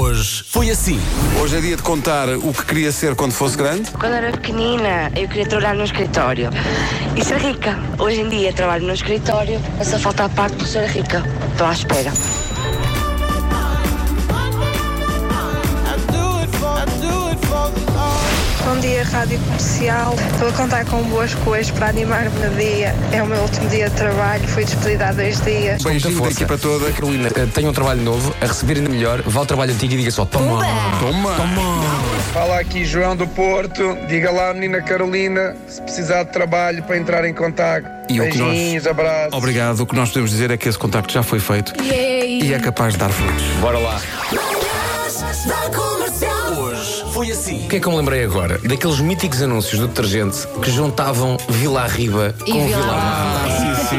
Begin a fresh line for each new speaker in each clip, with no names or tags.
Hoje foi assim.
Hoje é dia de contar o que queria ser quando fosse grande.
Quando era pequenina, eu queria trabalhar num escritório e ser rica. Hoje em dia, trabalho num escritório, mas só falta a parte de ser rica. Estou à espera.
Bom dia, Rádio Comercial. Estou a contar com boas coisas para animar o meu dia. É o meu último dia de trabalho, fui despedida há dois dias.
Beijinho da equipa toda.
Carolina, eh, tenha um trabalho novo, a receber ainda melhor, vá ao trabalho antigo e diga só: toma!
Toma!
Fala aqui João do Porto, diga lá à menina Carolina se precisar de trabalho para entrar em contato.
E o que nós-
Beijinhos, abraços.
Obrigado. O que nós podemos dizer é que esse contacto já foi feito e é capaz de dar frutos.
Bora lá.
Manhãs da Comercial.
O que é que eu me lembrei agora? Daqueles míticos anúncios do detergente que juntavam Vila Arriba com Vila
Vila
Mar.
Sim, sim.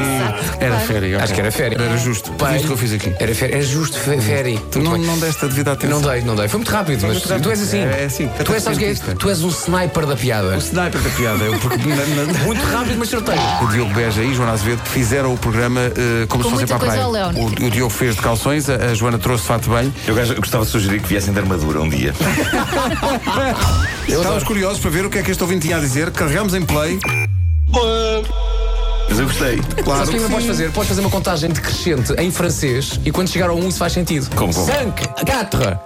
Era férias.
Acho que era férias.
Era justo.
Pai,
Isto que eu fiz aqui.
Era férias. Era justo, fe- férias. Muito
Não,
bem.
não deste a devida
Não
atenção.
dei, não dei. Foi muito rápido, mas
muito rápido.
tu és assim.
É, é assim.
Tu és, sabes o que é?
Atentista.
Tu és um sniper da piada.
O sniper da piada. Eu, porque, na- na-
Muito rápido, mas certeiro.
O Diogo Beja e Joana Azevedo fizeram o programa eh, como
Com
se fosse
muita
para a praia.
coisa ao leão. né?
O, o Diogo fez de calções, a, a Joana trouxe de fato bem.
Eu gás- eu gostava de sugerir que viessem de armadura um dia.
Estávamos curiosos para ver o que é que este ouvinte tinha a dizer. Carregámos em play.
Mas eu gostei.
Claro.
Sabes o que ainda
sim.
podes fazer? Podes fazer uma contagem decrescente em francês e quando chegar ao 1 isso faz sentido.
Como, como?
5, 4, 3,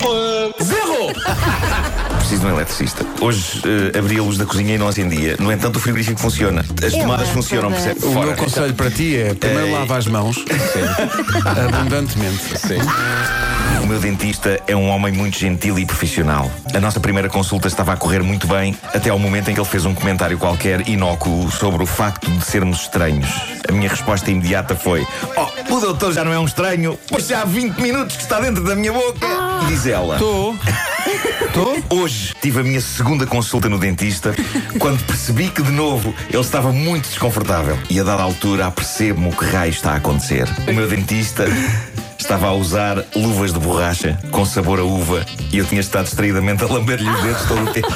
2, 0!
Preciso de um eletricista. Hoje eh, abri a luz da cozinha e não acendia. No entanto, o frigorífico funciona. As tomadas funcionam,
todas.
percebe?
O
Fora.
meu conselho para ti é primeiro
Ei.
lava as mãos abundantemente.
O meu dentista é um homem muito gentil e profissional. A nossa primeira consulta estava a correr muito bem, até ao momento em que ele fez um comentário qualquer inócuo sobre o facto de sermos estranhos. A minha resposta imediata foi: Oh, o doutor já não é um estranho, pois já há 20 minutos que está dentro da minha boca. E diz ela:
Estou.
Hoje tive a minha segunda consulta no dentista quando percebi que, de novo, ele estava muito desconfortável. E a dada altura apercebo-me o que raio está a acontecer. O meu dentista estava a usar luvas de borracha com sabor a uva e eu tinha estado distraídamente a lamber-lhe os dedos todo o tempo.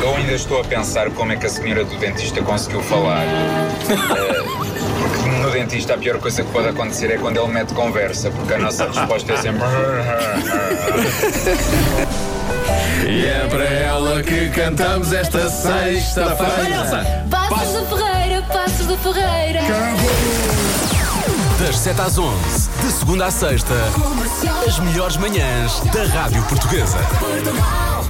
Eu ainda estou a pensar como é que a senhora do dentista conseguiu falar. Eh, Porque no dentista a pior coisa que pode acontecer é quando ele mete conversa, porque a nossa resposta é sempre.
E é para ela que cantamos esta sexta-feira.
Passos da Ferreira, Passos da Ferreira.
Das 7 às 11, de segunda à sexta,
Comercial.
melhores manhãs da Rádio Portuguesa.
Portugal.